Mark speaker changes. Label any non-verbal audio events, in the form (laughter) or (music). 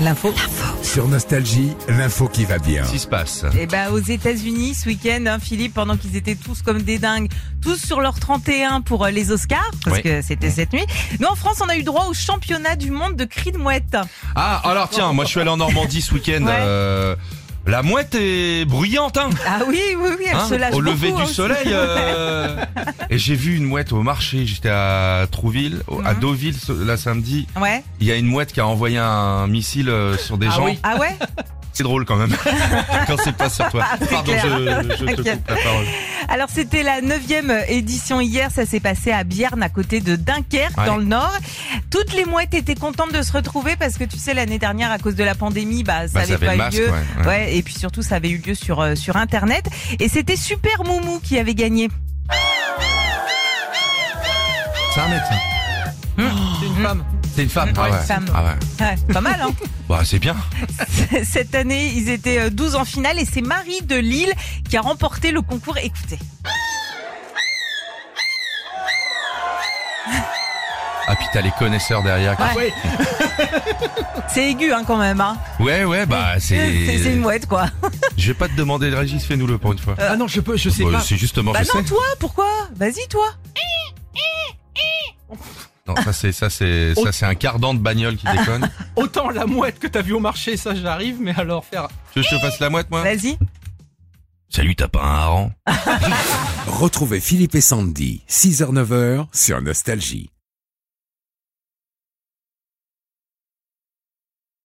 Speaker 1: L'info.
Speaker 2: Sur Nostalgie, l'info qui va bien.
Speaker 3: qui se passe.
Speaker 1: Et bah, aux États-Unis, ce week-end, hein, Philippe, pendant qu'ils étaient tous comme des dingues, tous sur leur 31 pour euh, les Oscars, parce
Speaker 3: Oui.
Speaker 1: que c'était cette nuit. Nous, en France, on a eu droit au championnat du monde de cri de mouette.
Speaker 3: Ah, alors tiens, moi je suis allé en Normandie ce week-end.
Speaker 1: Ouais.
Speaker 3: euh, la mouette est bruyante, hein,
Speaker 1: Ah oui, oui, oui, elle
Speaker 3: hein,
Speaker 1: se lâche
Speaker 3: Au lever
Speaker 1: beaucoup,
Speaker 3: du
Speaker 1: hein,
Speaker 3: soleil.
Speaker 1: aussi.
Speaker 3: euh, et j'ai vu une mouette au marché. J'étais à Trouville, au- à
Speaker 1: Mhm.
Speaker 3: Deauville, ce- la samedi.
Speaker 1: (laughs) Ouais.
Speaker 3: Il y a une mouette qui a envoyé un missile euh, sur des gens.
Speaker 1: Ah ouais
Speaker 3: C'est drôle
Speaker 1: (laughs)
Speaker 3: quand même. quand c'est pas sur toi.
Speaker 1: C'est
Speaker 3: Pardon,
Speaker 1: clair.
Speaker 3: je, je te
Speaker 1: T'inquiète.
Speaker 3: coupe la parole.
Speaker 1: Alors c'était la neuvième édition hier, ça s'est passé à Bierne à côté de Dunkerque
Speaker 3: Ouais.
Speaker 1: dans le nord. Toutes les mouettes étaient contentes de se retrouver parce que tu sais l'année dernière à cause de la pandémie, bah ça
Speaker 3: Bah,
Speaker 1: avait
Speaker 3: ça avait
Speaker 1: pas
Speaker 3: le
Speaker 1: eu
Speaker 3: masque,
Speaker 1: lieu.
Speaker 3: ouais, ouais.
Speaker 1: et puis surtout ça avait eu lieu sur euh, sur internet et c'était Super Moumou qui avait gagné.
Speaker 3: C'est un mec, ça.
Speaker 4: C'est une femme.
Speaker 3: C'est une femme. Ah
Speaker 1: Ouais,
Speaker 3: ouais.
Speaker 1: une femme.
Speaker 3: Ah ouais.
Speaker 1: Ouais, pas mal
Speaker 3: (laughs)
Speaker 1: hein.
Speaker 3: Bah, c'est bien.
Speaker 1: Cette année, ils étaient euh, 12 en finale et c'est Marie de Lille qui a remporté le concours. Écoutez.
Speaker 3: Ah puis t'as les connaisseurs derrière. qui-
Speaker 4: Oui.
Speaker 1: C'est aigu hein, quand même hein.
Speaker 3: Ouais, ouais, bah
Speaker 1: (laughs) C'est c'est une
Speaker 3: c'est.
Speaker 1: mouette quoi.
Speaker 3: Je vais pas te demander, Régis, fais-nous-le pour une fois.
Speaker 4: Ah non, je peux, je sais
Speaker 3: Bah,
Speaker 4: pas.
Speaker 3: C'est justement,
Speaker 1: Euh, Bah
Speaker 3: je
Speaker 1: non
Speaker 3: sais.
Speaker 1: toi, pourquoi Vas-y toi.
Speaker 3: Non, ça c'est ça c'est
Speaker 1: Oh.
Speaker 3: ça c'est un quart d'an de bagnole qui déconne.
Speaker 1: (laughs)
Speaker 4: Autant la mouette que t'as vue au marché, ça j'arrive, mais alors faire.
Speaker 3: Tu veux que je te fasse la mouette moi
Speaker 1: Vas-y.
Speaker 3: Salut, t'as pas un hareng
Speaker 2: Retrouvez Philippe et Sandy, 6h-9h sur Nostalgie.